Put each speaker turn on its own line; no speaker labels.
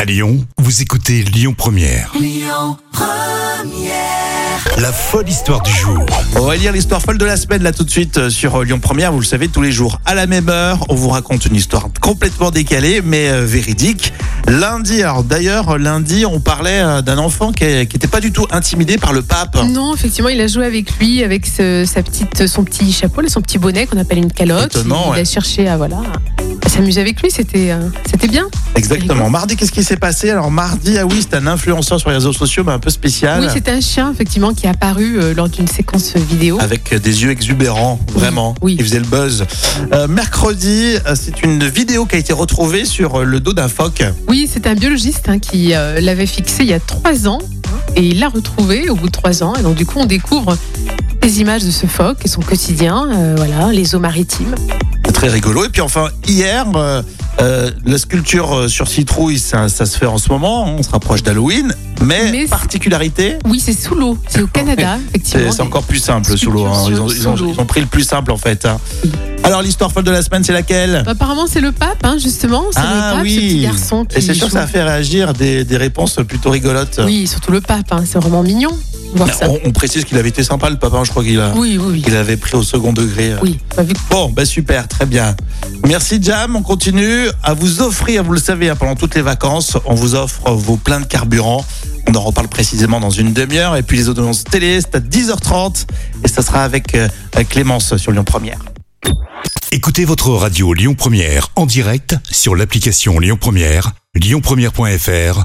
À Lyon, vous écoutez Lyon Première. Lyon Première. La folle histoire du jour.
On va lire l'histoire folle de la semaine là tout de suite euh, sur euh, Lyon Première. Vous le savez, tous les jours à la même heure, on vous raconte une histoire complètement décalée mais euh, véridique. Lundi, alors d'ailleurs euh, lundi, on parlait euh, d'un enfant qui n'était pas du tout intimidé par le pape.
Non, effectivement, il a joué avec lui, avec ce- sa petite, son petit chapeau, là, son petit bonnet qu'on appelle une calotte.
Étonnant,
il,
ouais.
a cherché à voilà, à s'amuser avec lui. C'était, euh, c'était bien.
Exactement. Mardi, qu'est-ce qui s'est passé Alors mardi, ah oui, c'est un influenceur sur les réseaux sociaux, mais un peu spécial.
Oui, c'était un chien effectivement qui est apparu euh, lors d'une séquence vidéo.
avec euh, des yeux exubérants, vraiment.
oui.
Il faisait le buzz. Euh, mercredi, euh, c'est une vidéo qui a été retrouvée sur euh, le dos d'un phoque.
Oui, c'est un biologiste hein, qui euh, l'avait fixé il y a trois ans hein, et il l'a retrouvé au bout de trois ans. Et donc du coup, on découvre des images de ce phoque et son quotidien, euh, voilà, les eaux maritimes.
C'est très rigolo. Et puis enfin, hier, euh, euh, la sculpture euh, sur citrouille, ça, ça se fait en ce moment. hein, On se rapproche d'Halloween. Mais,
Mais c'est-
particularité,
Oui, c'est sous l'eau, c'est au Canada, effectivement.
c'est c'est encore plus simple sous l'eau.
sculptures
hein. Ils, ont,
sur-
ils ont-
sous l'eau.
ils ont pris le plus simple en fait. hein.
Oui.
Alors l'histoire folle de la semaine, c'est laquelle
Apparemment, c'est le pape, hein, justement. C'est
Ah
le pape,
oui.
ce petit garçon qui
Et c'est sûr que
joue.
ça a fait réagir des, des réponses plutôt rigolotes.
Oui, surtout le pape, hein, c'est vraiment mignon. de Voir ça.
Bah, On, on précise qu'il avait été sympa le papa, je crois qu'il a-
Oui, oui, oui.
qu'il avait pris au second degré.
Oui, bah, vu que-
Bon, bah super, très bien. Merci Jam, on continue à vous offrir, vous le savez, hein, pendant toutes les vacances, on vous offre vos pleins de carburant. On en reparle précisément dans une demi-heure. Et puis les audiences télé, c'est à 10h30. Et ça sera avec euh, Clémence sur Lyon Première.
Écoutez votre radio Lyon Première en direct sur l'application Lyon Première, lyonpremière.fr